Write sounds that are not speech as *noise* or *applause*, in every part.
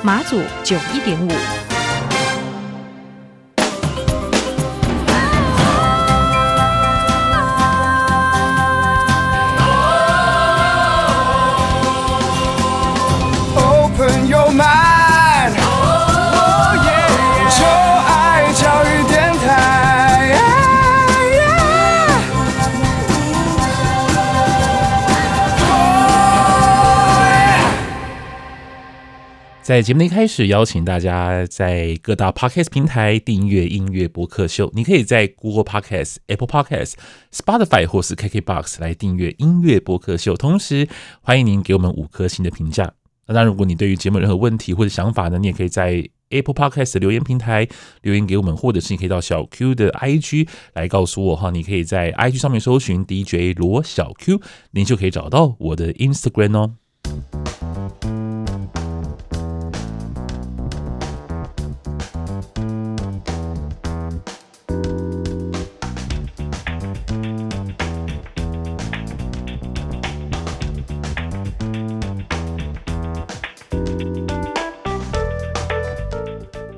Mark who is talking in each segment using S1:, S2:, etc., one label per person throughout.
S1: 马祖九一点五。
S2: Open your mind，就爱教育电台。
S3: 在节目的一开始，邀请大家在各大 podcast 平台订阅音乐播客秀。你可以在 Google Podcast、Apple Podcast、Spotify 或是 KKBox 来订阅音乐播客秀。同时，欢迎您给我们五颗星的评价。那当然，如果你对于节目有任何问题或者想法呢，你也可以在 Apple Podcast 的留言平台留言给我们，或者是你可以到小 Q 的 IG 来告诉我哈。你可以在 IG 上面搜寻 DJ 罗小 Q，您就可以找到我的 Instagram 哦。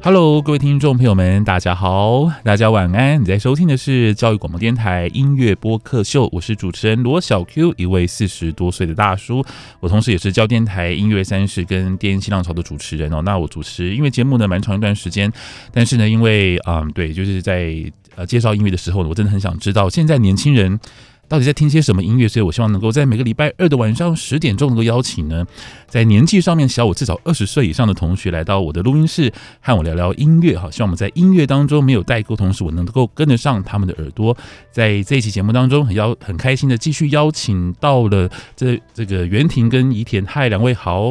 S3: Hello，各位听众朋友们，大家好，大家晚安。你在收听的是教育广播电台音乐播客秀，我是主持人罗小 Q，一位四十多岁的大叔，我同时也是教电台音乐三十跟电音新浪潮的主持人哦。那我主持音乐节目呢，蛮长一段时间，但是呢，因为嗯，对，就是在呃介绍音乐的时候呢，我真的很想知道现在年轻人。到底在听些什么音乐？所以我希望能够在每个礼拜二的晚上十点钟能够邀请呢，在年纪上面小我至少二十岁以上的同学来到我的录音室，和我聊聊音乐哈。希望我们在音乐当中没有代沟，同时我能够跟得上他们的耳朵。在这一期节目当中，很邀很开心的继续邀请到了这这个袁婷跟怡田，嗨，两位好。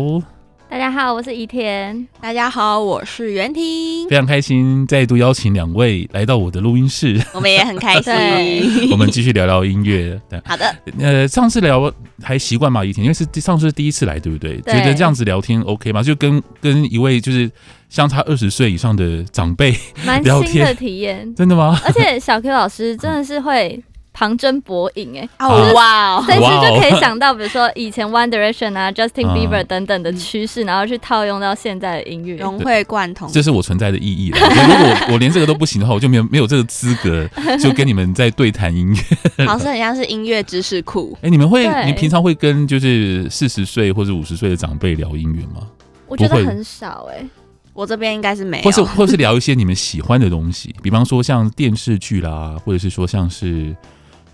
S4: 大家好，我是
S3: *laughs*
S4: 怡田。
S5: 大家好，我是袁婷，
S3: 非常开心再度邀请两位来到我的录音室，
S5: 我们也很开
S3: *laughs*
S5: 心。
S4: 对
S3: 我们继续聊聊音乐。对
S5: 好的，
S3: 呃，上次聊还习惯吗？怡婷，因为是第上次是第一次来，对不对？
S4: 对
S3: 觉得这样子聊天 OK 吗？就跟跟一位就是相差二十岁以上的长辈，
S4: 蛮
S3: 聊
S4: 新的
S3: 天，
S4: 体验
S3: *laughs* 真的吗？
S4: 而且小 Q 老师真的是会旁征博引
S3: *laughs*
S4: 哎。
S5: 哦哇哦，
S4: 随时
S3: 哇哦
S4: 就可以想到，比如说以前 One Direction 啊、Justin
S3: 嗯
S4: Bieber 等等的趋势，然后去套用到现在的音乐。
S5: 融会贯通。
S3: 这是我存在的意义了。 *laughs* 我觉得如果我我连这个都不行的话，我就没有没有这个资格，就跟你们在对谈
S5: *laughs*
S3: 音乐。
S5: 好像很像是音乐知识库。
S3: 哎、你们会，
S4: 对
S3: 你平常会跟就是四十岁或者五十岁的长辈聊音乐吗？
S4: 我觉
S3: 不
S4: 得
S3: 会
S4: 很少哎，
S5: 我这边应该是没
S3: 或是
S5: 有，
S3: 或是聊一些你们喜欢的东西，比方说像电视剧啦，或者是说像是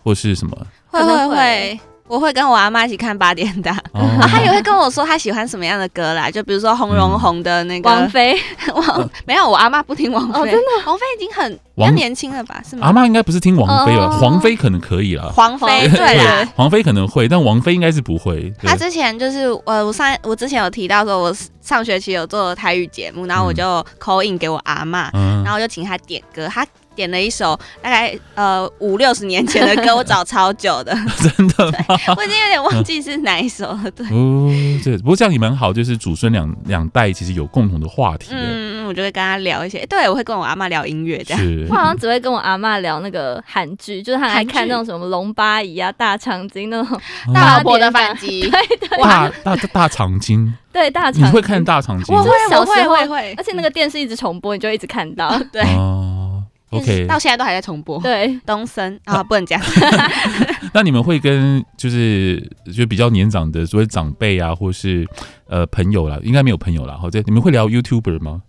S3: 或是什
S5: *laughs*
S3: 么
S5: 会
S4: 可
S5: 会
S4: 能会
S5: 会，我会跟我阿妈一起看八点档。
S3: 哦
S5: 啊，她也会跟我说她喜欢什么样的歌啦，就比如说洪荣宏的那个
S4: 王菲
S5: *laughs* 王，没有我阿妈不听王
S4: 哦
S5: 菲，
S4: 真 *laughs*
S5: 的，王菲已经很比较
S3: 嗯王
S5: 年轻了吧？是
S3: 阿
S5: 吗？
S3: 妈应该不是听王菲吧？
S4: 哦
S3: 黄飞可能可以啦，
S5: 黄菲
S4: 黄
S5: 对啦，
S3: 黄飞可能会，但王菲应该是不会。对
S5: 他之前就是呃，我上我之前有提到说，我上学期有做台语节目，然后我就口音给我阿嬷，
S3: 嗯
S5: 然后我就请她点歌，她点了一首大概呃五六十年前的歌，我找超久的，
S3: *laughs*
S5: *laughs*
S3: 真的吗？
S5: 我已经有点忘记是哪一首了。对，
S3: 哦，对，不过这样也蛮好，就是祖孙两两代其实有共同的话题的，
S5: 嗯，嗯我就会跟她聊一些，对我会跟我阿嬷聊音乐这样。
S3: 是
S4: 我好像只会跟我阿嬷聊那个韩剧，就是她很爱
S5: 韩剧
S4: 看那种什么《龙八姨》啊、《大长今》那种。 *laughs*
S3: 嗯
S4: 大
S5: 老婆的反 *laughs* 击，
S3: 大大大大长今，
S4: 对，大长
S3: 你
S4: 今
S3: 会看大长今？
S4: 我会
S5: 我会
S4: 小时候
S5: 我会
S4: 而且那个电视一直重播，你就一直看
S3: *laughs*
S4: 到。
S5: 对
S3: 哦，OK，
S5: 到现在都还在重播。
S4: 对，
S5: 东森啊，不
S3: *laughs*
S5: 能讲，
S3: 那你们会跟就是就比较年长的所谓长辈啊，或是呃朋友啦，应该没有朋友啦。好，这你们会聊 YouTuber 吗？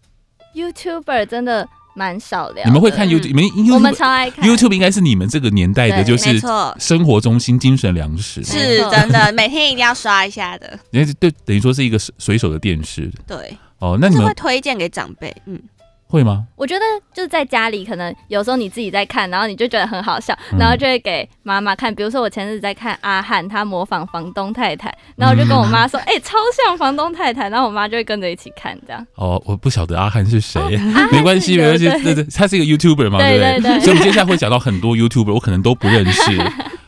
S4: YouTuber 真的蛮少聊的。
S3: 你们会看
S5: 嗯
S3: YouTube？你们
S4: 我们
S3: YouTube
S4: 超爱看
S3: YouTube 应该是你们这个年代的，
S4: 对
S3: 就是
S5: 没错，
S3: 生活中心、精神粮食，
S5: 是
S4: 没错
S5: 真的，每天一定要刷一下的。
S3: 因为对等于说是一个随手的电视
S5: 对，
S3: 哦。那
S5: 就
S3: 你
S5: 是
S3: 们
S5: 会推荐给长辈，嗯，
S3: 会吗？
S4: 我觉得就是在家里，可能有时候你自己在看，然后你就觉得很好笑
S3: 嗯，
S4: 然后就会给妈妈看。比如说我前阵子在看阿汉，他模仿房东太太，然后我就跟我妈说：“哎、超像房东太
S3: 嗯
S4: 太。”然后我妈就会跟着一起看，这样。
S3: 哦，我不晓得阿汉是谁，*laughs*
S4: 哦汉
S3: 没关系，
S4: 是
S3: 没
S4: 的
S3: 关系，
S4: 对
S3: 对对，他是一个 YouTuber 嘛，
S4: 对
S3: 不对？
S4: 对对
S3: 所以我们接下来会讲到很多 YouTuber，我可能都不认
S4: *laughs*
S3: 识，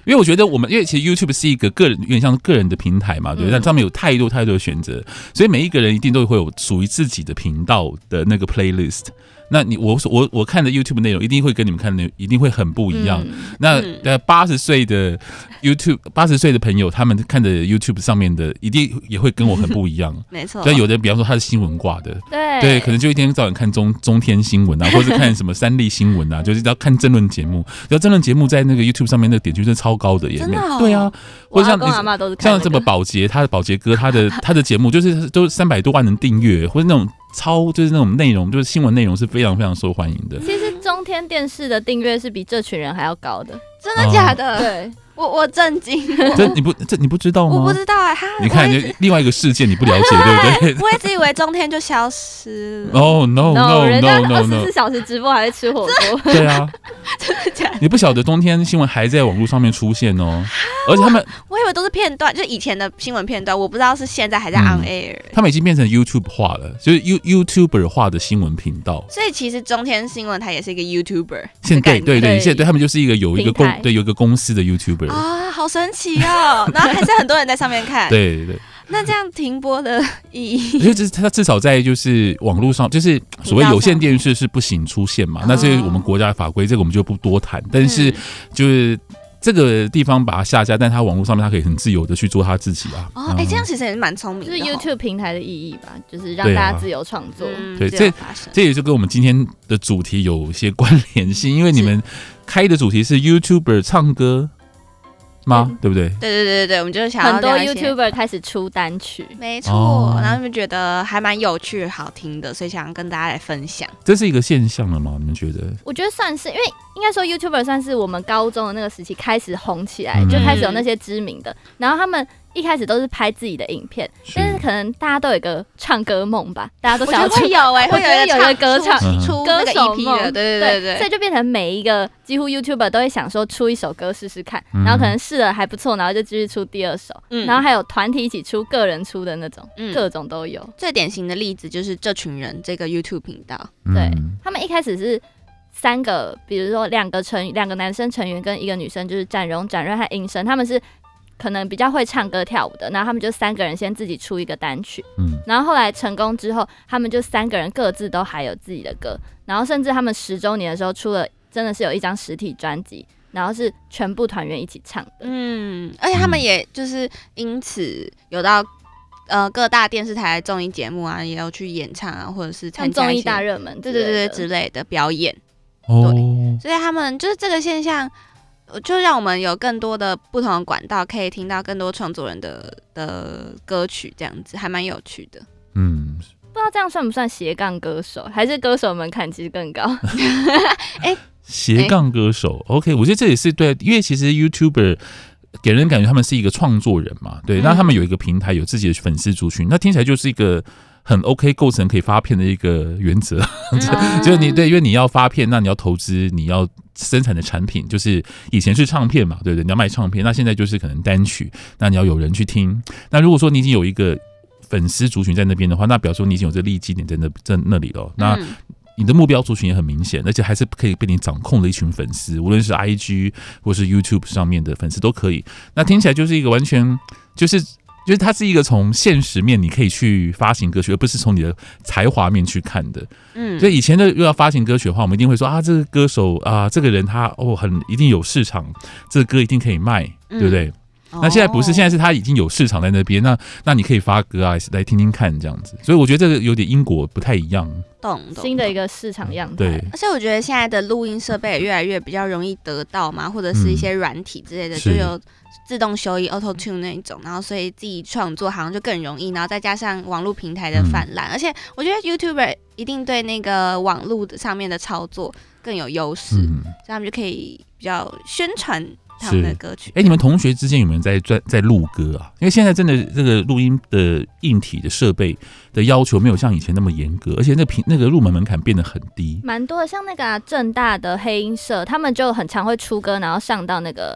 S3: 因为我觉得我们，因为其实 YouTube 是一个个人，有点像个人的平台嘛，对不对，
S4: 嗯
S3: 但上面有太多太多的选择，所以每一个人一定都会有属于自己的频道的那个 playlist。那你我所我我看的 YouTube 内容一定会跟你们看的内容一定会很不一样。那
S5: 嗯
S3: 呃八十岁的 YouTube 八十岁的朋友，他们看的 YouTube 上面的一定也会跟我很不一样。
S4: *laughs*
S5: 没错，
S3: 但有的人，比方说他是新闻挂的，
S4: 对
S3: 对，可能就一天到晚看中中天新闻啊， *laughs* 或者看什么三立新闻啊，就是要看争论节目。然后争论节目在那个 YouTube 上面的点击率是超高的耶，也
S5: 真的哦
S3: 对啊，或
S4: 我
S3: 者像
S4: 阿公阿妈都是看、那
S3: 像
S4: 个
S3: 什么宝洁，他的宝洁哥，他的 *laughs* 他的节目就是都三百多万人订阅，或者那种超就是那种内容，就是新闻内容是非常非常受欢迎的。
S4: 其实中天电视的订阅是比这群人还要高的。
S5: 真的假
S3: 哦
S5: 的？
S4: *laughs* 对，
S5: 我我震惊，
S3: 这你不这你不知道
S5: 我不
S3: 吗？
S5: 知道哎，哈，
S3: 哦你看，
S5: 我一
S3: 你
S5: 直
S3: 另外一个世界你不了解，对不对
S5: *laughs* 我一直以为中天就消失了，
S3: ？Oh no
S4: 然后
S3: no
S4: 人
S3: no
S4: 家
S3: no
S4: 二十
S3: no！
S4: 四小时直播还在吃
S3: *laughs*
S4: 火锅。
S3: 对啊，
S5: 真的假的？
S3: 你不晓得冬天新闻还在网络上面出现哦，而且他们
S5: 我以为都是片段，就以前的新闻片段，我不知道是现在还在
S3: 嗯
S5: on air。
S3: 他们已经变成 YouTube 化了，就是 You YouTuber 化的新闻频道。
S5: 所以其实中天新闻台也是一个 YouTuber
S3: 现对对对，
S4: 对
S3: 现在对他们就是一个有一个公
S4: 平台
S3: 对有一个公司的 YouTuber，、
S5: 啊、好神奇哦！然后还是很多人在上面看。
S3: 对对对，
S5: 那这样停播的意义，
S3: 因为这是他至少在就是网络上，就是所谓有线电视是不行出现嘛，那这是我们国家的法规，这个我们就不多谈。但是就是这个地方把它下架，但他网络上面他可以很自由的去做他自己啊。
S5: 哦，
S3: 嗯
S5: 哎、这样其实也是蛮聪明
S4: 就
S5: 的
S4: 是
S5: 哦、
S4: YouTube 平台的意义吧，就是让
S3: 对啊
S4: 大家自由创作。
S5: 嗯
S3: 对
S5: 有发生
S3: 这也就跟我们今天的主题有一些关联性，因为你们开的主题是 YouTuber 唱歌吗？对不对？
S5: 对对对对对，我们就是想要
S4: 很多
S5: 聊一些
S4: YouTuber 开始出单曲，
S5: 没错，
S3: 哦
S5: 然后他们觉得还蛮有趣、好听的，所以想要跟大家来分享。
S3: 这是一个现象了吗？你们觉得？
S4: 我觉得算是，因为应该说 YouTuber 算是我们高中的那个时期开始红起来，
S3: 嗯
S4: 就开始有那些知名的。然后他们一开始都是拍自己的影片，
S3: 是
S4: 但是可能大家都有一个唱歌梦吧，大家都
S5: 我
S4: 想
S5: 觉
S4: 要
S5: 得会
S4: *laughs* 出
S5: 有哎、
S4: 我觉得
S5: 会
S4: 有一个歌
S5: 出
S3: 唱
S5: 出那
S4: 歌
S5: 个
S4: 手
S5: EP 的，
S4: 梦，
S5: 对对对
S4: 所
S5: 对。
S4: 以就变成每一个几乎 YouTuber 都会想说出一首歌试试看，
S3: 嗯
S4: 然后可能试了还不错，然后就继续出第二首，
S5: 嗯
S4: 然后还有团体一起出、个人出的那种，
S5: 嗯
S4: 各种都有。
S5: 最典型的例子就是这群人这个 YouTube 频道，
S4: 对
S3: 嗯
S4: 他们一开始是三个，比如说两个成两个男生成员跟一个女生，就是展荣、展瑞和英生，他们是可能比较会唱歌跳舞的，然后他们就三个人先自己出一个单曲，
S3: 嗯
S4: 然后后来成功之后，他们就三个人各自都还有自己的歌，然后甚至他们十周年的时候出了，真的是有一张实体专辑，然后是全部团员一起唱的。
S5: 嗯，而且他们也就是因此有到呃各大电视台的综艺节目啊，也有去演唱啊，或者是参
S4: 像
S5: 加
S4: 综
S5: 一
S4: 艺
S5: 些
S4: 大热门之
S5: 对
S4: 类的，
S5: 对对对之类的表演，
S3: 哦，
S5: 所以他们就是这个现象，呃就让我们有更多的不同的管道可以听到更多创作人的的歌曲，这样子还蛮有趣的。
S3: 嗯，
S4: 不知道这样算不算斜杠歌手，还是歌手门槛其实
S3: *laughs*
S4: 更高？
S3: 斜杠歌手、o k 我觉得这也是对，因为其实 YouTuber 给人感觉他们是一个创作人嘛，对，那他们有一个平台，有自己的粉丝族群，那听起来就是一个很 OK 构成可以发片的一个原则，
S4: *laughs* 嗯
S3: 就是你对，因为你要发片，那你要投资，你要生产的产品，就是以前是唱片嘛，对不对？你要卖唱片，那现在就是可能单曲，那你要有人去听。那如果说你已经有一个粉丝族群在那边的话，那表示说你已经有这利基点在那在那里了，那
S5: 嗯
S3: 你的目标族群也很明显，而且还是可以被你掌控的一群粉丝，无论是 IG 或是 YouTube 上面的粉丝都可以。那听起来就是一个完全就是就是它是一个从现实面你可以去发行歌曲，而不是从你的才华面去看的。
S5: 嗯
S3: 所以以前的又要发行歌曲的话，我们一定会说啊，这个歌手啊，这个人他哦很一定有市场，这个歌一定可以卖，
S5: 嗯
S3: 对不对？那现在不是，现
S5: 在
S3: 在是他已经有市场在那边，那那你可以发歌啊，来听听看这样子。所以我觉得这个有点因果不太一样，
S5: 懂懂
S4: 新的一个市场样态。
S3: 对，
S5: 而且我觉得现在的录音设备也越来越比较容易得到嘛，或者是一些软体之类的，
S3: 嗯
S5: 就是有自动修一 Auto Tune 那一种，然后所以自己创作好像就更容易，然后再加上网络平台
S3: 嗯
S5: 的泛滥，而且我觉得 YouTuber 一定对那个网络上面的操作更有优势，所
S3: 嗯。
S5: 以他们就可以比较宣传他们的
S3: 是
S5: 歌曲。
S3: 哎、你们同学之间有没有在在在录歌啊？因为现在真的这个录音的硬体的设备的要求没有像以前那么严格，而且那平那个入门门槛变得很低。
S4: 蛮多的，像那个啊正、大的黑音社，他们就很常会出歌，然后上到那个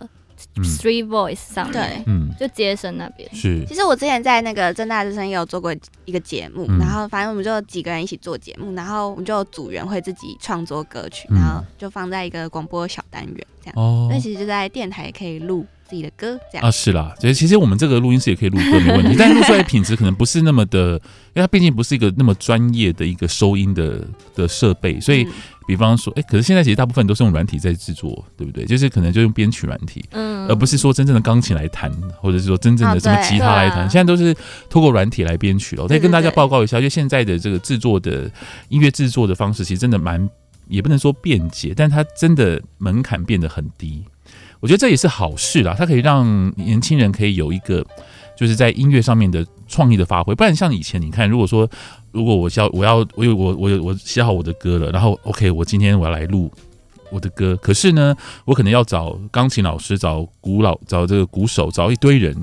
S3: 嗯
S4: Three Voice 上面，
S5: 对，
S3: 嗯，
S4: 就接生那边。
S3: 是
S5: 其实我之前在那个正大之声也有做过一个节目，
S3: 嗯
S5: 然后反正我们就几个人一起做节目，然后我们就有组员会自己创作歌曲，
S3: 嗯
S5: 然后就放在一个广播小单元这样。
S3: 哦
S5: 那、其实就在电台可以录自己的歌这样。
S3: 啊，是啦，所以其实我们这个录音室也可以录
S4: *laughs*
S3: 歌，没问题，但录出来的品质可能不是那么的，因为它毕竟不是一个那么专业的一个收音的的设备，所以
S5: 嗯
S3: 比方说，哎、可是现在其实大部分都是用软体在制作，对不对？就是可能就用编曲软体，
S4: 嗯，
S3: 而不是说真正的钢琴来弹，或者是说真正的
S5: 哦
S3: 什么
S5: 对
S3: 吉他来弹，
S4: 对啊
S3: 现在都是透过软体来编曲哦。再
S5: 对对
S3: 跟大家
S5: 对
S3: 报告一下，就现在的这个制作的音乐制作的方式，其实真的蛮也不能说便捷，但它真的门槛变得很低。我觉得这也是好事啦，它可以让年轻人可以有一个就是在音乐上面的创意的发挥。不然像以前，你看，如果说如果我要我要我有我我有我写好我的歌了，然后 OK，我今天我要来录我的歌，可是呢，我可能要找钢琴老师、找鼓老、找这个鼓手、找一堆人，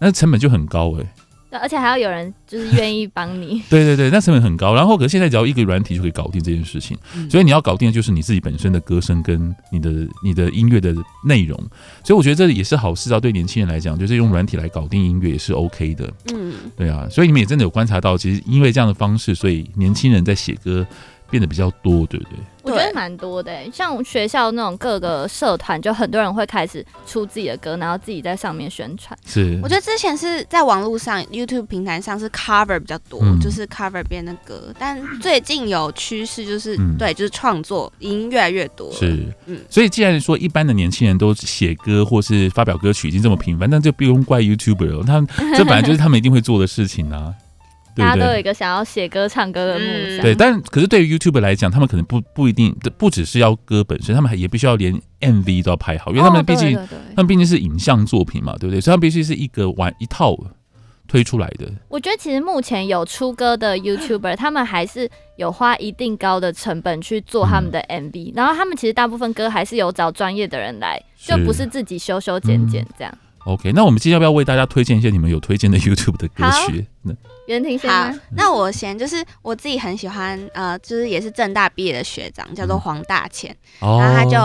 S3: 那成本就很高诶、。
S4: 对，而且还要有人就是愿意帮 *laughs* 你
S3: 对对对，那成本很高。然后可是现在只要一个软体就可以搞定这件事情，
S5: 嗯
S3: 所以你要搞定的就是你自己本身的歌声跟你的你的音乐的内容。所以我觉得这也是好事啊，对年轻人来讲，就是用软体来搞定音乐也是 OK 的。
S5: 嗯，
S3: 对啊，所以你们也真的有观察到，其实因为这样的方式，所以年轻人在写歌变得比较多，对不对？
S4: 我觉得蛮多的欸、像学校那种各个社团，就很多人会开始出自己的歌，然后自己在上面宣传。
S3: 是，
S5: 我觉得之前是在网络上 YouTube 平台上是 cover 比较多，
S3: 嗯
S5: 就是 cover 别人的歌，但最近有趋势就是、
S3: 嗯
S5: 对，就是创作已经越来越多了。
S3: 是，
S5: 嗯
S3: 所以既然说一般的年轻人都写歌或是发表歌曲已经这么频繁，那就不用怪 YouTuber 了，他们这本来就是他们一定会做的事情啊，对
S4: 大
S3: 不
S4: 家都有
S3: 对？
S4: 一个想要写歌、唱歌的梦想。
S3: 对，但可是对于 YouTuber 来讲，他们可能不不一定，不只是要歌本身，他们还也必须要连 MV 都要拍好，因为他们
S4: 哦
S3: 毕竟、
S4: 对对对
S3: 他们毕竟是影像作品嘛，对不对？所以他们必须是一个完一套推出来的，
S4: 我觉得其实目前有出歌的
S5: *laughs*
S4: YouTuber，他们还是有花一定高的成本去做他们的
S5: 嗯
S4: MV，、然后他们其实大部分歌还是有找专业的人来，
S3: 是
S4: 就不是自己修修剪剪这
S5: 嗯
S4: 样。
S3: OK，那我们今天要不要为大家推荐一些你们有推荐的 YouTube 的歌
S4: 好
S3: 曲？那
S4: 袁婷先
S5: 好
S3: 嗯
S4: 吗？，
S5: 那我先就是我自己很喜欢，呃，就是也是正大毕业的学长，叫做
S3: 嗯
S5: 黄大千，
S3: 哦
S5: 然后他就、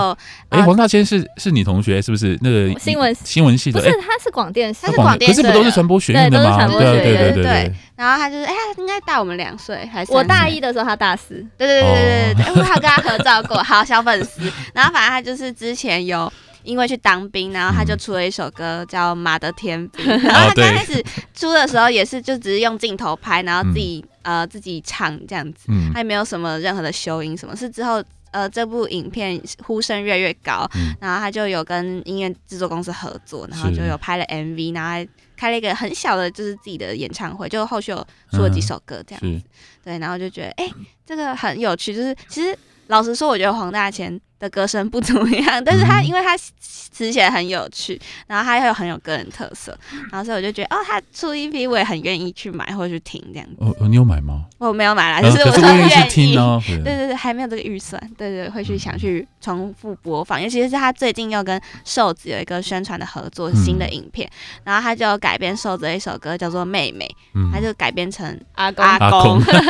S3: 哎、
S5: 呃
S3: 黄大千是是你同学是不是？那个
S4: 新闻
S3: 新闻系
S4: 不
S3: 的，
S4: 是
S3: 哎，，
S4: 他是广电系
S5: 他，是
S3: 广
S5: 广电
S3: 可是不
S5: 系
S3: 都是
S5: 的
S3: 传播学院的
S4: 对都是
S3: 吗？
S4: 传播
S3: 对啊
S4: 学
S3: 对对
S4: 院
S3: 对
S5: 对然后他就是哎、他应该大我们两岁还是
S4: 我
S5: 三岁
S4: 大一的时候他大四，
S5: 对对对对对对，因为他有跟他合照过，好小粉丝。然后反正他就是之前有因为去当兵，然后他就出了一首歌叫《马的天兵》，然
S3: 哦
S5: 后他刚开始出的时候也是就只是用镜头拍，然后自己、呃自己唱这样子，
S3: 嗯
S5: 他也没有什么任何的修音什么，是之后。呃，这部影片呼声越来越高，
S3: 嗯
S5: 然后他就有跟音乐制作公司合作，然后
S3: 是
S5: 就有拍了 MV，然后还开了一个很小的就是自己的演唱会，就后续有出了几首歌这样。
S3: 是
S5: 对，然后就觉得哎、这个很有趣。就是其实老实说，我觉得黄大千的歌声不怎么样， *laughs* 但是他
S3: 嗯
S5: 因为他词写得很有趣，然后他又很有个人特色，
S3: 嗯
S5: 然后所以我就觉得哦，他出一批我也很愿意去买或者去听这样子。
S3: 哦，哦你有买吗？
S5: 我没有买啦，
S3: 呃
S5: 就是
S3: 可
S5: 我
S3: 是
S5: 说
S3: 愿意去
S5: 愿
S3: 听哦。
S5: 对对对，还没有这个预算，对对，会去
S3: 嗯
S5: 想去重复播放，尤其是他最近又跟瘦子有一个宣传的合作，新的
S3: 嗯
S5: 影片，然后他就改编瘦子的一首歌叫做《妹妹》，
S3: 嗯
S5: 他就改编成
S4: 阿公。
S5: 阿
S3: 阿公，
S5: 公 *laughs*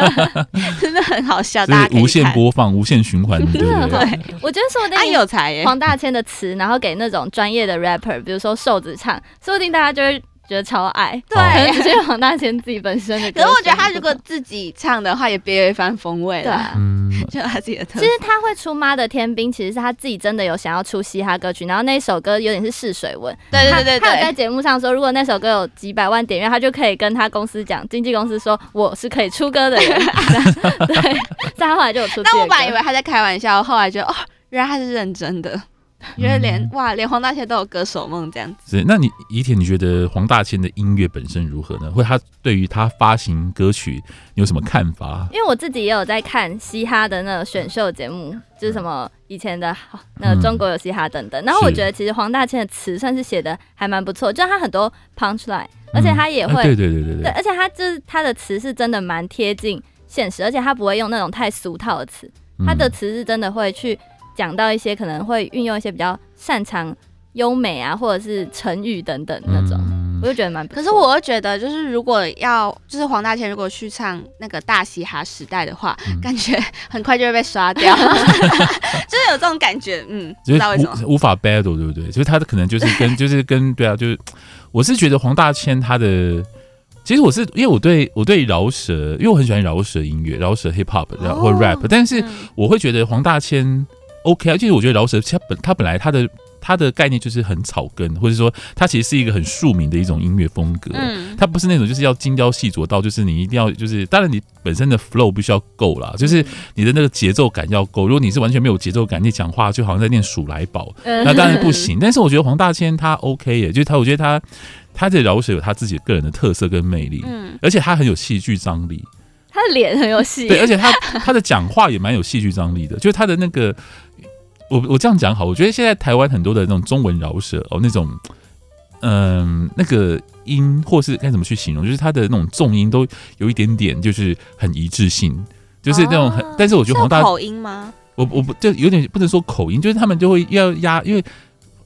S5: 真的很好笑，啊大家
S3: 就
S5: 可以
S3: 是无限
S5: 看
S3: 播放、无限
S5: *laughs*
S3: 循环，对不对？
S5: 对，
S4: 我觉得说不
S5: 他
S4: 定
S5: 有才耶，
S4: 黄大千的词，然后给那种专业的 rapper，比如说瘦子唱，说不定大家就会觉得超爱。可能 *laughs*
S5: 对。
S4: 只是黄大千自己本身的歌声
S5: 可是
S4: 不
S5: 我
S4: 同。
S5: 觉得他如果自己唱的话，也别有一番风味
S4: 对
S5: 了，
S4: 啊。
S3: 嗯，
S5: 就他自己的特
S4: 其实他会出《妈的天兵》，其实是他自己真的有想要出嘻哈歌曲，然后那首歌有点是试水温。
S5: 对
S4: 他
S5: 对对
S4: 他有在
S5: 对
S4: 节目上说，如果那首歌有几百万点阅，他就可以跟他公司讲，经纪公司说我是可以出歌的 *laughs* 人。对，所以他后来就有出自己的歌。
S5: 但我本来以为他在开玩笑，后来觉得哦，原来他是认真的，因为连
S3: 嗯
S5: 哇，连黄大仙都有歌手梦这样子。
S3: 是。那你怡田，你觉得黄大千的音乐本身如何呢？或者他对于他发行歌曲你有什么看法？
S4: 因为我自己也有在看嘻哈的那个选秀节目，就是什么以前的好那个中国有嘻哈等等。然后我
S3: 嗯是
S4: 觉得其实黄大千的词算是写的还蛮不错，就是他很多 punch line，而且他也
S3: 嗯
S4: 会、
S3: 呃对对对对
S4: 对，
S3: 对，
S4: 而且他就是他的词是真的蛮贴近现实，而且他不会用那种太俗套的词，他的
S3: 嗯
S4: 词是真的会去讲到一些可能会运用一些比较擅长优美啊，或者是成语等等那种，
S3: 嗯
S4: 我就觉得蛮不错。
S5: 可是我会觉得，就是如果要，就是黄大千如果去唱那个大嘻哈时代的话，
S3: 嗯
S5: 感觉很快就会被
S3: *laughs*
S5: 刷掉，就是有这种感觉，嗯，不
S3: 就
S5: 知道为什么。
S3: 是无无法 battle，对不对？就是他可能就是
S5: *laughs*
S3: 跟就是跟对啊，就是我是觉得黄大千他的，其实我是因为我对我对饶舌，因为我很喜欢饶舌音乐，饶舌 hip hop 然后或
S5: 哦
S3: rap，、但是
S5: 嗯
S3: 我会觉得黄大千 OK 啊，就是我觉得饶舌他本他本来他的他的概念就是很草根，或者说他其实是一个很庶民的一种音乐风格。
S5: 嗯，
S3: 他不是那种就是要精雕细琢到，就是你一定要就是，当然你本身的 flow 必须要够啦，
S5: 嗯
S3: 就是你的那个节奏感要够。如果你是完全没有节奏感，你讲话就好像在念数来宝，
S4: 嗯
S3: 那当
S5: *laughs*
S3: 然不行。但是我觉得黄大千他 OK 耶，就是他，我觉得他他的饶舌有他自己个人的特色跟魅力，
S5: 嗯
S3: 而且他很有戏剧张力。
S4: 他的脸很有戏，
S3: 对，而且他 *laughs* 他的讲话也蛮有戏剧张力的，就是他的那个，我我这样讲好，我觉得现在台湾很多的那种中文饶舌哦，那种嗯、那个音或是该怎么去形容，就是他的那种重音都有一点点就是很一致性。就是那种很，
S4: 哦
S3: 但是我
S5: 是
S3: 觉得黄
S5: 有
S3: 大，
S5: 口音吗？
S3: 我我不就有点不能说口音，就是他们就会要压，因为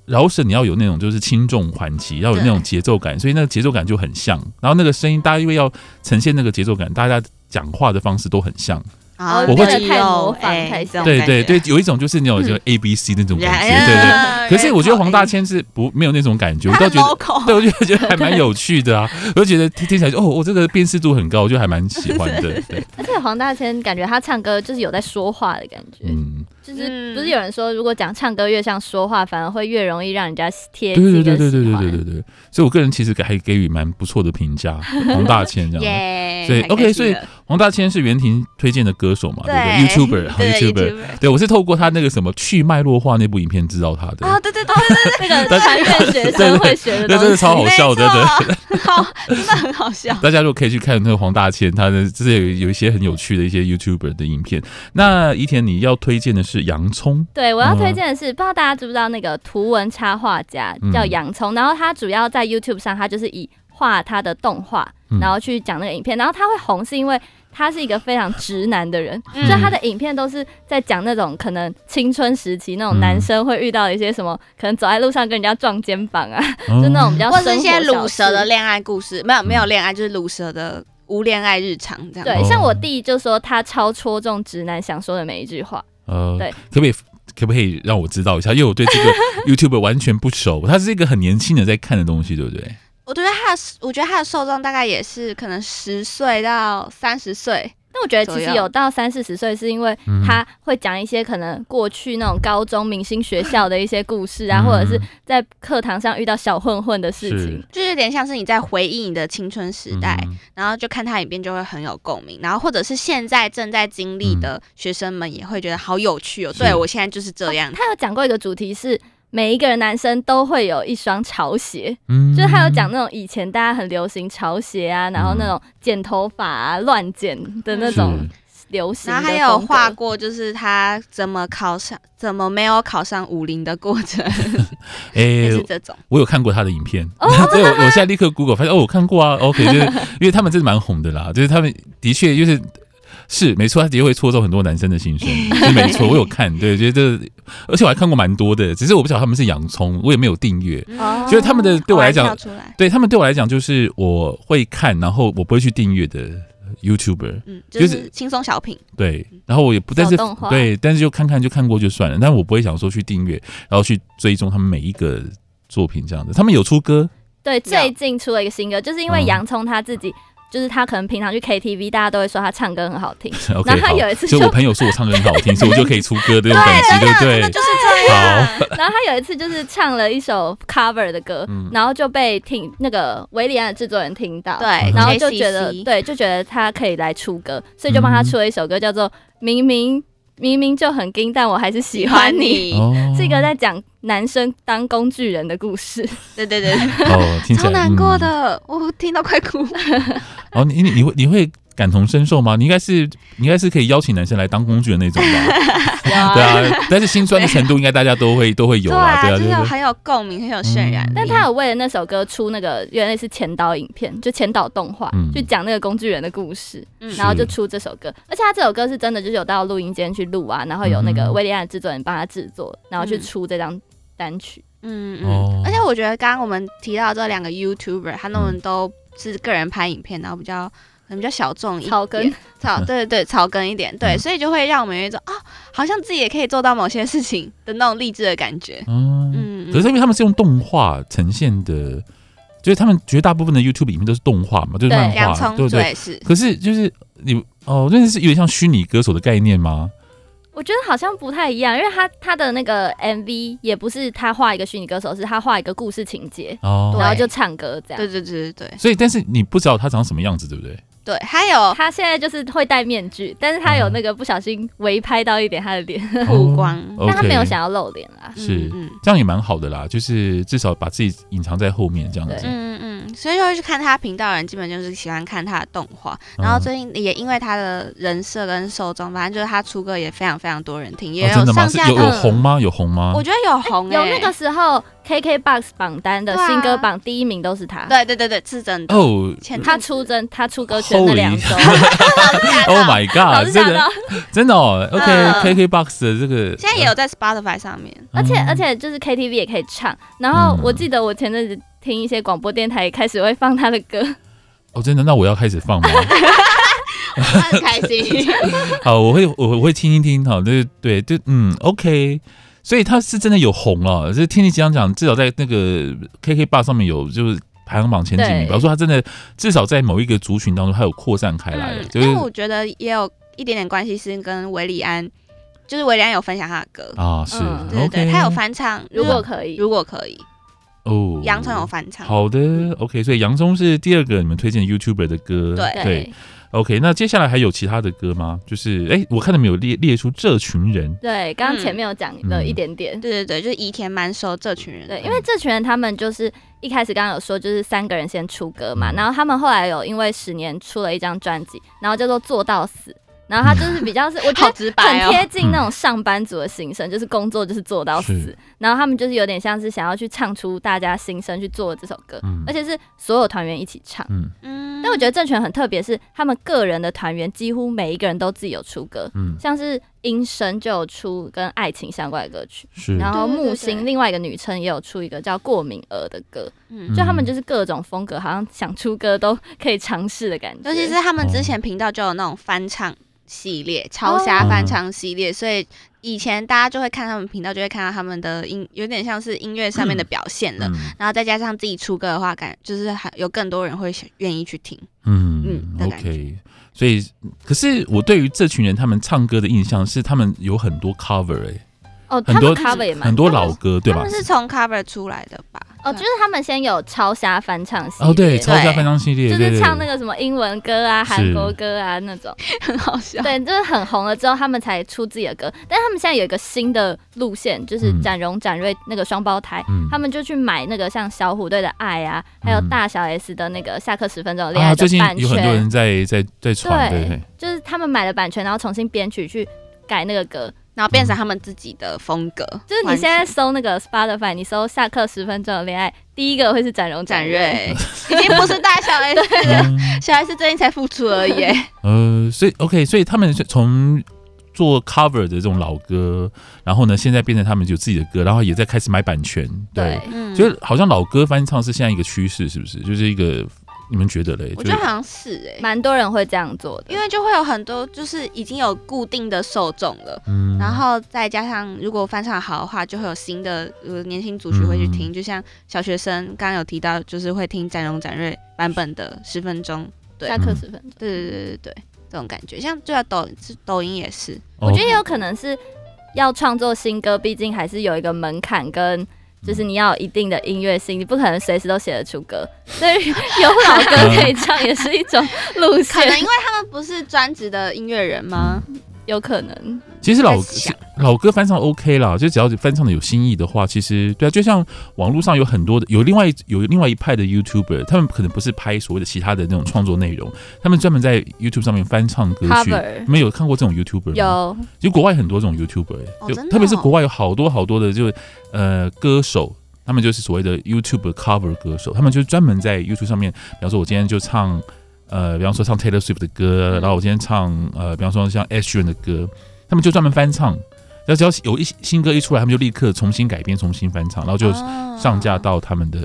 S3: 饶舌你要有那种就是轻重缓急，要有那种节奏感，所以那个节奏感就很像，然后那个声音，大家因为要呈现那个节奏感，大家讲话的方式都很像，
S5: 啊
S3: 我会
S5: 对
S4: 觉得太
S5: 有
S4: 模仿
S5: 哎
S4: 太
S5: 这种
S3: 对
S5: 感
S3: 对
S5: 觉嗯
S3: 对，有一种就是那种就 A B C 那种感觉，
S5: 哎呀哎
S3: 对对。
S5: 有
S3: 可是
S5: 点
S3: 我觉得
S5: 口
S3: 黄大
S5: 音
S3: 千是不没有那种感觉，我倒
S5: 他很
S3: 觉得，
S5: local
S3: 对，我就觉得还蛮有趣的啊，我就觉得听听起来就哦，我这个辨识度很高，我就还蛮
S5: *laughs*
S3: 喜欢的。对，
S4: 而且黄大千感觉他唱歌就是有在说话的感觉，
S3: 嗯，
S4: 就是
S5: 嗯
S4: 不是有人说，如果讲唱歌越像说话，反而会越容易让人家贴
S3: 对
S4: 近
S3: 对
S4: 跟
S3: 对对对
S4: 喜
S3: 对
S4: 欢
S3: 对对对，所以我个人其实给还给予蛮不错的评
S5: *laughs*
S3: 价，黄大千这样。
S5: 耶，
S3: 所以
S5: 太
S3: OK，
S5: 开心
S3: 所以
S5: 了
S3: 黄大千是袁婷推荐的歌手嘛，对
S5: 对
S3: 不对？YouTuber 好
S5: 对
S3: YouTuber，
S5: YouTuber
S3: 对我是透过他那个什么去脉络化那部影片知道他的
S5: 啊，对对对对对
S4: 那个穿越学生会学的
S3: 那真
S4: 东
S3: 的
S4: 西，
S3: 超好笑的， *laughs* 对。
S5: 对， *laughs* 好，真的很
S4: *laughs*
S5: 好笑。
S3: 大家如果可以去看那个黄大千，他的这有有一些很有趣的一些 YouTuber 的影片。那宜田，你要推荐的是洋葱，
S4: 对，我要
S3: 嗯
S4: 推荐的是，不知道大家知不知道那个图文插画家叫
S3: 嗯
S4: 洋葱，然后他主要在 YouTube 上，他就是以画他的动画，
S3: 嗯
S4: 然后去讲那个影片，然后他会红是因为他是一个非常直男的人，
S5: 嗯
S4: 所以他的影片都是在讲那种可能青春时期
S3: 嗯
S4: 那种男生会遇到的一些什么，可能走在路上跟人家撞肩膀啊，
S3: 哦
S4: 就那种比较
S5: 或
S4: 生
S5: 是一
S4: 活
S5: 些
S4: 小
S5: 卤
S4: 事
S5: 蛇的恋爱故事，没有没有
S3: 嗯
S5: 恋爱，就是卤蛇的无恋爱日常这样。
S4: 对
S3: 哦，
S4: 像我弟就说他超戳中直男想说的每一句话。
S3: 呃
S4: 对，
S3: 可不可以？可不可以让我知道一下？因为我对这
S4: *laughs*
S3: 个 YouTube 完全不熟，他是一个很年轻人在看的东西，对不对？
S5: 我觉得他的，我觉得他的受众大概也是可能十岁到三十岁，
S4: 但我觉得其
S5: 左
S4: 实
S5: 右
S4: 有到三四十岁，是因为
S3: 嗯
S4: 他会讲一些可能过去那种高中明星学校的一些故事啊，或者
S3: 嗯
S4: 是在课堂上遇到小混混的事情。
S5: 就是有点像是你在回忆你的青春时代，
S3: 嗯
S5: 然后就看他影片就会很有共鸣，然后或者是现在正在经历的学生们也会觉得好有趣哦。
S3: 是
S5: 对我现在就是这样，
S4: 他有讲过一个主题是。每一个人男生都会有一双潮鞋，
S3: 嗯
S4: 就是他有讲那种以前大家很流行潮鞋啊，然后那种剪头发啊、乱剪的那种流行
S5: 然
S4: 的
S5: 后
S4: 风格。
S5: 还有画过就是他怎么考上，怎么没有考上武林的过程，
S3: 哎
S5: *laughs* 也，是这种。
S3: 我有看过他的影片，
S4: 哦
S3: *laughs* 对，我我现在立刻 Google 发现哦，我看过啊，OK，就是因为他们真的蛮红的啦， *laughs* 就是他们的确就是是没错，他的确会戳中很多男生的
S4: *laughs*
S3: 心声，是没错，我有看，对，觉得这而且我还看过蛮多的，只是我不晓得他们是洋葱，我也没有订阅，
S4: 哦
S3: 就是他们的对我来
S5: 偶尔跳
S3: 讲，
S5: 出来，
S3: 对他们对我来讲就是我会看，然后我不会去订阅的 YouTuber，
S5: 嗯，
S3: 就
S5: 就是是轻松小品，
S3: 对，然后我也不，但是
S4: 小动画
S3: 对，但是就看看就看过就算了，但我不会想说去订阅，然后去追踪他们每一个作品这样子，他们有出歌。
S4: 对，
S5: 要
S4: 最近出了一个新歌，就是因为
S3: 嗯
S4: 洋葱他自己，就是他可能平常去 KTV，大家都会说他唱歌很好听，
S3: *laughs* OK，
S4: 然后他
S3: 好
S4: 有一次
S3: 就
S4: 就
S3: 我朋友说我唱歌很好听，所以我就可以出歌的那种等级，对不对？
S5: 真的就是这样。
S4: 然后他有一次就是唱了一首 cover 的歌，
S3: 嗯
S4: 然后就被听那个维里安的制作人听到，
S5: 对，
S4: 然后就觉得
S5: KCC
S4: 对，就觉得他可以来出歌，所以就帮
S3: 嗯
S4: 他出了一首歌，叫做《明明明明就很硬，但我还是喜
S5: 喜
S4: 欢
S5: 欢
S4: 你》。
S5: 你，
S3: 哦
S4: *laughs* 是一个在讲男生当工具人的故事，
S3: 嗯
S5: 对对对，对
S3: 哦，听起
S5: *laughs* 超
S3: 来
S5: 难过。
S3: 嗯
S5: 的，我听到快哭。
S3: 哦，你你你会你会感同身受吗？你应该是你应该是可以邀请男生来当工具的那种吧？ *laughs* 对啊，但是心酸的程度应该大家都会都会 *laughs* 有啦，对啊，
S5: 就
S3: 对
S5: 是有
S3: 对。
S5: 很有共鸣，很有渲染
S3: 嗯
S5: 力。
S4: 但他有为了那首歌出那个原来是前导影片，就前导动画，
S3: 嗯
S4: 就讲那个工具人的故事，
S5: 嗯
S4: 然后就出这首歌。而且他这首歌是真的，就是有到录音间去录啊，然后有那
S3: 嗯
S4: 个
S3: 哼
S4: 威利安的制作人帮他制作，然后去出这张单曲。
S5: 嗯
S3: 哦嗯
S5: 嗯，而且我觉得刚刚我们提到这两个 YouTuber，他们都是个人拍影片，然后比较可能比较小众一点，
S4: 草根，
S3: *laughs*
S5: 草对对对，草根一点，对，
S3: 嗯
S5: 所以就会让我们有一种啊，好像自己也可以做到某些事情的那种励志的感觉。
S3: 嗯，
S5: 嗯，
S3: 可是因为他们是用动画呈现的，就是他们绝大部分的 YouTube 影片都是动画嘛，就是
S4: 对
S3: 漫
S5: 洋
S3: 画，
S5: 葱
S3: 对不对？
S5: 对是，
S3: 可是就是你哦，真的是有点像虚拟歌手的概念吗？
S4: 我觉得好像不太一样，因为他他的那个 MV 也不是他画一个虚拟歌手，是他画一个故事情节，
S3: 哦
S5: 对，
S4: 然后就唱歌这样。
S5: 对对对对对
S3: 所以但是你不知道他长什么样子，对不
S5: *laughs*
S3: 对？
S5: 对，还有
S4: 他现在就是会戴面具，但是他
S3: 嗯
S4: 有那个不小心微拍到一点他的脸，
S5: 曝光
S3: 哦
S4: 但他没有
S3: OK
S4: 想要露脸啦。
S3: 是
S5: 嗯嗯
S3: 这样也蛮好的啦，就是至少把自己隐藏在后面这样子。
S4: 对
S5: 嗯嗯，嗯，所以就会去看他频道的人，基本就是喜欢看他的动画。
S3: 嗯
S5: 然后最近也因为他的人设跟受众，反正就是他出歌也非常非常多人听，也
S3: 哦、真的吗？
S5: 上
S3: 是
S5: 架
S3: 有有
S5: 到
S3: 红吗？有红吗
S5: 我？觉得有红、欸，
S4: 哎有那个时候 KKBOX 榜单的
S5: 对啊
S4: 新歌榜第一名都是他，
S5: 对对对对，是真的。
S3: 哦
S5: 前
S3: *laughs*
S4: 他出征他出歌圈那两周， *laughs*
S3: ，Oh my
S4: 老
S3: God！
S4: 是
S3: 真
S4: 吓
S3: 的
S4: 到。
S3: 真的哦
S5: 嗯
S3: ，OK，KKBox 的这个
S5: 现在也有在 Spotify
S3: *laughs*
S5: 上面，
S4: 而且
S3: 哦
S4: 而且就是 KTV 也可以唱。然
S3: 嗯
S4: 后我记得我前阵子听一些广播电台也开始会放他的歌，
S3: 哦，真的，那我要开始放吗？
S5: 很开
S3: *laughs*
S5: 心。
S3: 好，我会我我会听一听哈，对对对，嗯，OK。所以他是真的有红了，就是听你讲讲，至少在那个 KK 吧上面有就是排行榜前几名。
S4: 对
S3: 比方说，他真的至少在某一个族群当中，他有扩散开来了，
S5: 嗯，
S3: 就
S5: 因
S3: 是
S5: 为我觉得也有一点点关系是跟维里安，就是维里安有分享他的歌，
S3: 啊，是、
S4: 嗯
S5: 对对
S3: OK，
S5: 对，他有翻唱。
S4: 如 *laughs* 果可以，
S5: 如果可以，
S3: 哦，
S5: 杨丞有翻唱，
S3: 好的，OK，所以洋葱是第二个你们推荐的 YouTuber 的歌，
S5: 对
S3: 对，OK。那接下来还有其他的歌吗？就是哎、我看你们有列列出这群人，
S4: 对，刚刚前面有讲了
S3: 嗯
S4: 一点点。
S5: 对对对，就是以田蛮收这群人，
S4: 对，因为这群人他们就是一开始刚刚有说，就是三个人先出歌嘛，
S3: 嗯
S4: 然后他们后来有因为十年出了一张专辑，然后叫做做到死，然后他就是比较是我觉
S5: 好
S4: 得
S5: 直白
S4: 很
S5: 哦，
S4: 贴近那种上班族的心声，就是工作就是做到死
S3: 嗯是，
S4: 然后他们就是有点像是想要去唱出大家心声去做这首歌，
S3: 嗯
S4: 而且是所有团员一起唱。
S3: 嗯
S5: 嗯
S4: 但我觉得郑权很特别，是他们个人的团员几乎每一个人都自己有出歌，
S3: 嗯，
S4: 像是音声就有出跟爱情相关的歌曲，
S3: 是，
S4: 然后
S5: 对对
S4: 木
S5: 对
S4: 星另外一个女生也有出一个叫《过敏儿》的歌，
S5: 嗯
S4: 就他们就是各种风格，好像想出歌都可以尝试的感觉。
S5: 尤其是他们之前频道就有那种翻唱系列、超侠翻
S3: 嗯
S5: 唱系列，所以以前大家就会看他们频道，就会看到他们的音，有点像是音乐上面的表现了。
S3: 嗯
S5: 然后再加上自己出歌的话，感就是还有更多人会想愿意去听。
S3: 嗯
S5: 嗯的感觉
S3: ，OK。所以，可是我对于这群人他们唱歌的印象是，他们有很多 cover 哎、
S4: 哦，
S3: 很
S4: 他们
S3: 多
S4: cover 也蛮
S3: 很多老歌对
S5: 他
S3: 吧
S5: 们？是从 cover 出来的吧？
S4: 哦，就是他们先有超瞎翻唱系列
S3: 哦，对，
S5: 超
S3: 超下翻唱系列，
S4: 就
S3: 对
S4: 是唱那，
S3: 对
S4: 个什么英文歌啊、
S3: 是
S4: 韩国歌啊那种，
S5: 很好笑。
S4: *laughs* 对，就是很红了之后，他们才出自己的歌。但他们现在有一个新的路线，就是
S3: 嗯
S4: 展荣、展瑞那个双胞胎，
S3: 嗯
S4: 他们就去买那个像小虎队的《爱》啊，还有
S3: 嗯
S4: 大小 S 的那个《下课十分钟的恋
S3: 啊，
S4: 爱》
S3: 最
S4: 的
S3: 近
S4: 版
S3: 有很多
S4: 权，
S3: 人在在在传，对
S4: 对
S3: 对，
S4: 就是他们买了版权，然后重新编曲去改那个歌。
S5: *laughs* 然后变成他们自己的风格。
S4: 就是你
S5: 完
S4: 现在
S5: 全
S4: 搜那个 Spotify，你搜《下课十分钟的恋爱》，第一个会是展荣
S5: 展
S4: 瑞。
S3: *laughs*
S5: 瑞已经不是大小 S，了
S3: 嗯
S5: 小 S 最近才复出而已。
S3: 呃，所以 OK，所以他们是从做 cover 的这种老歌，然后呢，现在变成他们有自己的歌，然后也在开始买版权，对
S4: 对，，
S5: 嗯，
S3: 就是好像老歌翻唱是现在一个趋势，是不是？就是一个你们觉得嘞？
S5: 我
S3: 就
S5: 觉得好像是哎、
S4: 蛮多人会这样做的，
S5: 因为就会有很多就是已经有固定的受众了，
S3: 嗯
S5: 然后再加上如果翻唱好的话，就会有新的呃年轻族群会去
S3: 嗯
S5: 听，就像小学生刚刚有提到，就是会听展荣展瑞版本的十分钟，对
S4: 下课十分钟。
S5: 对对对对对，这种感觉，像就像抖是抖音也是，
S4: 我觉得
S3: 哦
S4: 也有可能是要创作新歌，毕竟还是有一个门槛跟。
S3: 嗯
S4: 就是你要有一定的音乐性，你不可能随时都写得出歌， *laughs* 所以有老歌可以唱也是一种路
S5: 可能
S4: 线，
S5: 因为他们不是专职的音乐人吗？
S4: 有可能。
S3: 其实老
S5: 在想
S3: 老歌翻唱 OK 啦，就只要翻唱的有新意的话，其实对啊，就像网络上有很多的有另外有另外一派的 YouTuber，他们可能不是拍所谓的其他的那种创作内容，他们专门在 YouTube 上面翻唱歌曲。
S4: Cover
S3: 你们有看嗯过这种 YouTuber 吗？
S4: 有
S3: 就国外很多这种 YouTuber，、欸
S5: 哦
S3: 就
S5: 真的
S3: 特别是
S5: 哦
S3: 国外有好多好多的就呃歌手，他们就是所谓的 YouTube cover 歌手，他们就是专门在 YouTube 上面，比方说我今天就唱呃，比方说唱
S5: 嗯
S3: Taylor Swift 的歌，然后我今天唱呃，比方说像 Ed Sheeran 的歌，他们就专门翻唱。那只要有一新歌一出来，他们就立刻重新改编、重新翻唱，然后
S5: 哦
S3: 就上架到他们的、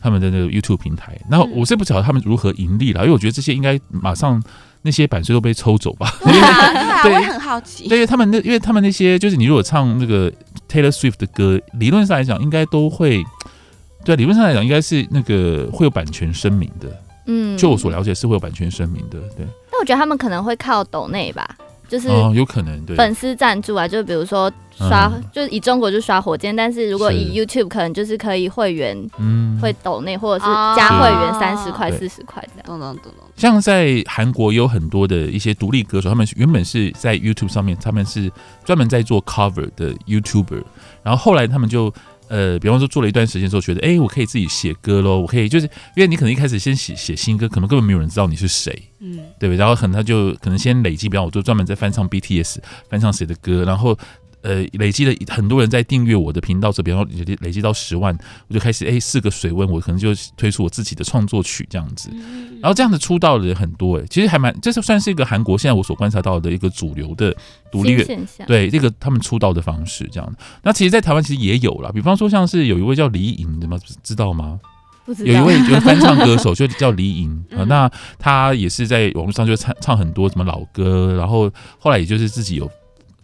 S3: 他们的那个 YouTube 平台。那我是不晓得他们如何盈利了，因为我觉得这些应该马上那些版税都被抽走吧。
S5: 对
S3: *laughs*
S5: 啊，对啊，我也很好奇。
S3: 对，他们那因为他们那些就是你如果唱那个 Taylor Swift 的歌，理论上来讲应该都会，对，啊理论上来讲应该是那个会有版权声明的。
S4: 嗯，
S3: 就我所了解是会有版权声明的，对。
S4: 但我觉得他们可能会靠抖内吧，就是
S3: 哦，有可能对。
S4: 粉丝赞助啊，就比如说刷，
S3: 嗯
S4: 就是以中国就刷火箭，但是如果
S3: 是
S4: 以 YouTube 可能就是可以会员
S3: 嗯，
S4: 会抖内，或者是
S5: 哦
S4: 加会员三十块、
S3: 对
S4: 四十块这样。
S5: 懂懂懂懂，
S3: 像在韩国有很多的一些独立歌手，他们原本是在 YouTube 上面，他们是专门在做 cover 的 YouTuber，然后后来他们就呃，比方说做了一段时间之后，觉得哎、诶我可以自己写歌喽，我可以就是因为你可能一开始先写写新歌，可能根本没有人知道你是谁，
S5: 嗯，
S3: 对不对？然后可能他就可能先累积，比方我就专门在翻唱 BTS，翻唱谁的歌，然后呃累积了很多人在订阅我的频道，这比方说累积累积到十万，我就开始哎试个水温，我可能就推出我自己的创作曲这样子，然后这样子出道的人很多哎、其实还蛮这是算是一个韩国现在我所观察到的一个主流的独立
S4: 新
S3: 乐
S4: 现象，
S3: 对这个他们出道的方式这样。那其实，在台湾其实也有啦，比方说像是有一位叫李颖的嘛，知道吗？
S4: 不知道
S3: 有一位就是翻唱歌手，就叫李颖、呃，
S5: 嗯
S3: 那他也是在网络上就唱唱很多什么老歌，然后后来也就是自己有。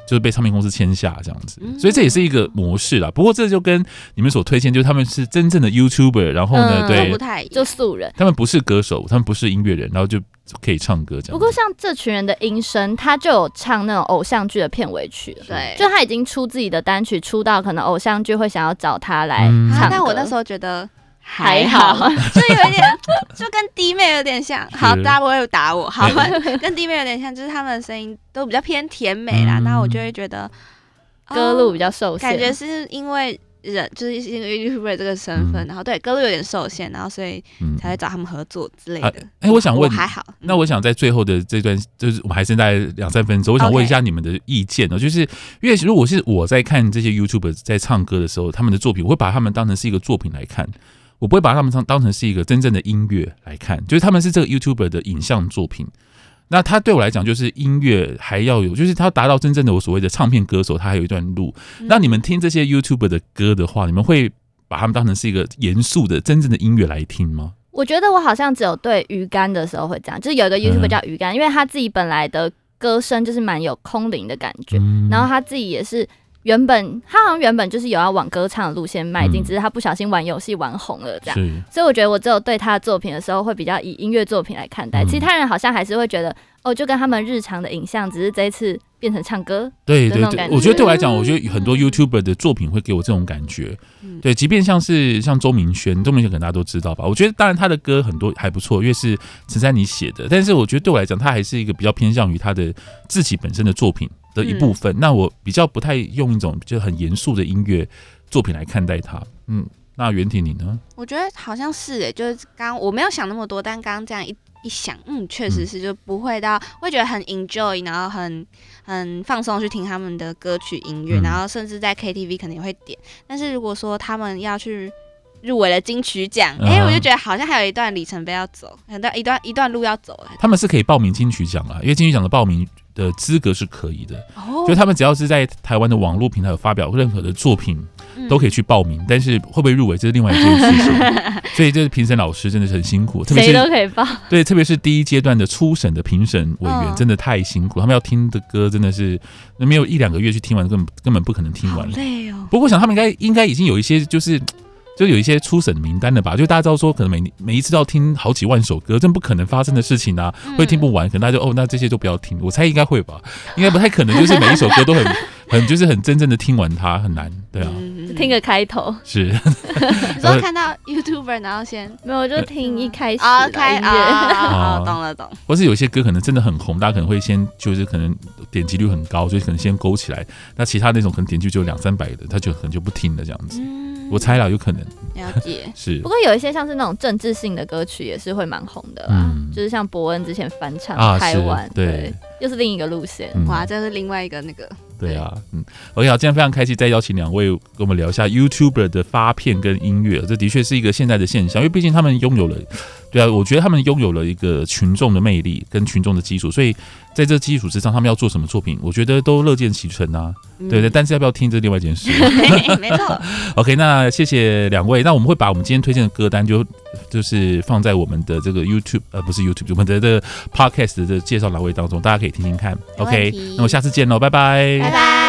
S3: 就是被唱片公司签下这样子，
S5: 嗯
S3: 所以这也是一个模式啦。不过这就跟你们所推荐，就是他们是真正的 YouTuber，然后呢，
S4: 嗯
S5: 都不
S3: 对
S5: 太一
S4: 就
S5: 样。
S4: 素人。
S3: 他们不是歌手，他们不是音乐人，然后就可以唱歌这样子。
S4: 不过像这群人的音声，他就有唱那种偶像剧的片尾曲了。
S5: 对，
S4: 就他已经出自己的单曲，出道可能偶像剧会想要找他来
S3: 嗯
S4: 唱歌。
S5: 啊，但我那时候觉得
S4: 还
S5: 还
S4: 好，
S5: *laughs* 好，就有一点，就跟弟妹有点像。好，
S3: 是
S5: 大家不会打我，好
S3: 哎，
S5: *laughs* 跟弟妹有点像，就是他们的声音都比较偏甜美啦，
S3: 嗯
S5: 那我就会觉得
S4: 歌路比
S5: 较，
S4: 较受限，
S5: 哦感觉是因为人就是因为 YouTuber 这个身份，
S3: 嗯
S5: 然后对歌路有点受限，然后所以
S3: 嗯
S5: 才会找他们合作之类的。
S3: 哎我想问你
S5: 还好，
S4: 嗯
S5: 嗯
S3: 那我想在最后的这段，就是我们还剩大概两三分钟，我想问一下你们的意见哦。就是因为如果是我在看这些 YouTube 在唱歌的时候，他们的作品，我会把他们当成是一个作品来看，我不会把他们当当成是一个真正的音乐来看，就是他们是这个 YouTube 的影像作品。那他对我来讲，就是音乐还要有，就是他达到真正的我所谓的唱片歌手，他还有一段路。
S4: 嗯
S3: 那你们听这些 YouTube 的歌的话，你们会把他们当成是一个严肃的、真正的音乐来听吗？
S4: 我觉得我好像只有对鱼竿的时候会这样，就是有一个 YouTube
S3: 嗯
S4: 叫鱼竿，因为他自己本来的歌声就是蛮有空灵的感觉，
S3: 嗯
S4: 然后他自己也是原本他好像原本就是有要往歌唱的路线迈进，
S3: 嗯
S4: 只是他不小心玩游戏玩红了这样。
S3: 是
S4: 所以我觉得我只有对他的作品的时候，会比较以音乐作品来看待，
S3: 嗯
S4: 其他人好像还是会觉得哦，就跟他们日常的影像，只是这一次变成唱歌。
S3: 对
S4: 的
S3: 对
S4: 那种
S3: 对
S4: 感，嗯
S3: 我觉得对我来讲，
S5: 觉
S3: 我觉得很多 YouTuber 的作品会给我这种感觉。
S5: 嗯
S3: 对，即便像是像周明轩，周明轩可能大家都知道吧。我觉得当然他的歌很多还不错，因为是陈珊妮写的，但是我觉得对我来讲，他还是一个比较偏向于他的自己本身的作品的一部
S4: 嗯
S3: 分。那我比较不太用一种就很严肃的音乐作品来看待他。嗯，那袁婷你呢？
S5: 我觉得好像是诶，就是刚我没有想那么多，但刚刚这样一一想，嗯，确实是就不会到会觉得很 enjoy，然后很很放松去听他们的歌曲音乐，
S3: 嗯
S5: 然后甚至在 KTV 可能也会点。但是如果说他们要去入围了金曲奖，
S3: 嗯
S5: 哎、我就觉得好像还有一段里程碑要走，很段一段一段路要走哎。
S3: 他们是可以报名金曲奖啊，因为金曲奖的报名的资格是可以的，
S5: 哦
S3: 就他们只要是在台湾的网络平台有发表任何的作品。都可以去报名，但是会不会入围这是另外一件事
S5: *laughs*
S3: 情。所以这评审老师真的是很辛苦，特别
S4: 谁都
S3: 是
S4: 可以报，
S3: 对，特别是第一阶段的初审的评审委员
S5: 嗯
S3: 真的太辛苦，他们要听的歌真的是没有一两个月去听完，根本根本不可能听
S5: 好
S3: 完。
S5: 累哦。
S3: 不过我想他们应该应该已经有一些就是。就有一些初审名单了吧，就大家知道说，可能每每一次都要听好几万首歌，这不可能发生的事情啊，
S5: 嗯
S3: 会听不完，可能大家就哦，那这些就不要听。我猜应该会吧，应该不太可能，就是每一首歌都很 *laughs* 很就是很真正的听完它，很难，对啊，
S5: 嗯
S4: 听个开头，
S3: 是。
S5: 你说看到 YouTuber，然后先
S4: 没有我就听一开始
S5: *laughs* 啊
S4: 的
S5: 开
S4: 音乐。
S5: 啊，
S3: 哦
S5: 哦懂了懂。
S3: 或是有些歌可能真的很红，大家可能会先就是可能点击率很高，就是可能先勾起来。那其他那种可能点击率就两三百的，他就可能就不听了这样子。
S5: 嗯，
S3: 我猜啦，有可能
S5: 了解。
S3: 是
S4: 不。过有一些像是那种政治性的歌曲也是会蛮红的啦，
S3: 嗯
S4: 就是像伯恩之前翻唱
S3: 啊
S4: 《台
S3: 是
S4: 湾》，
S3: 对
S4: 又是另一个路线。
S3: 嗯
S5: 哇，这是另外一个那个
S3: 对啊，嗯，OK，好，今天非常开心，再邀请两位跟我们聊一下 YouTuber 的发片跟音乐，这的确是一个现在的现象，因为毕竟他们拥有了对啊，我觉得他们拥有了一个群众的魅力跟群众的基础，所以在这基础之上，他们要做什么作品，我觉得都乐见其成啊。
S5: 嗯
S3: 对对，但是要不要听这是另外一件事。
S5: 嘿 *laughs* 没
S3: *laughs*
S5: 错，
S3: OK，那谢谢两位。那我们会把我们今天推荐的歌单就就是放在我们的这个 YouTube 呃不是 YouTube，我们的这个 Podcast 的这个介绍栏位当中，大家可以听听看。
S5: 没问
S3: OK，
S5: 题
S3: 那我下次见喽，拜拜
S5: 拜拜。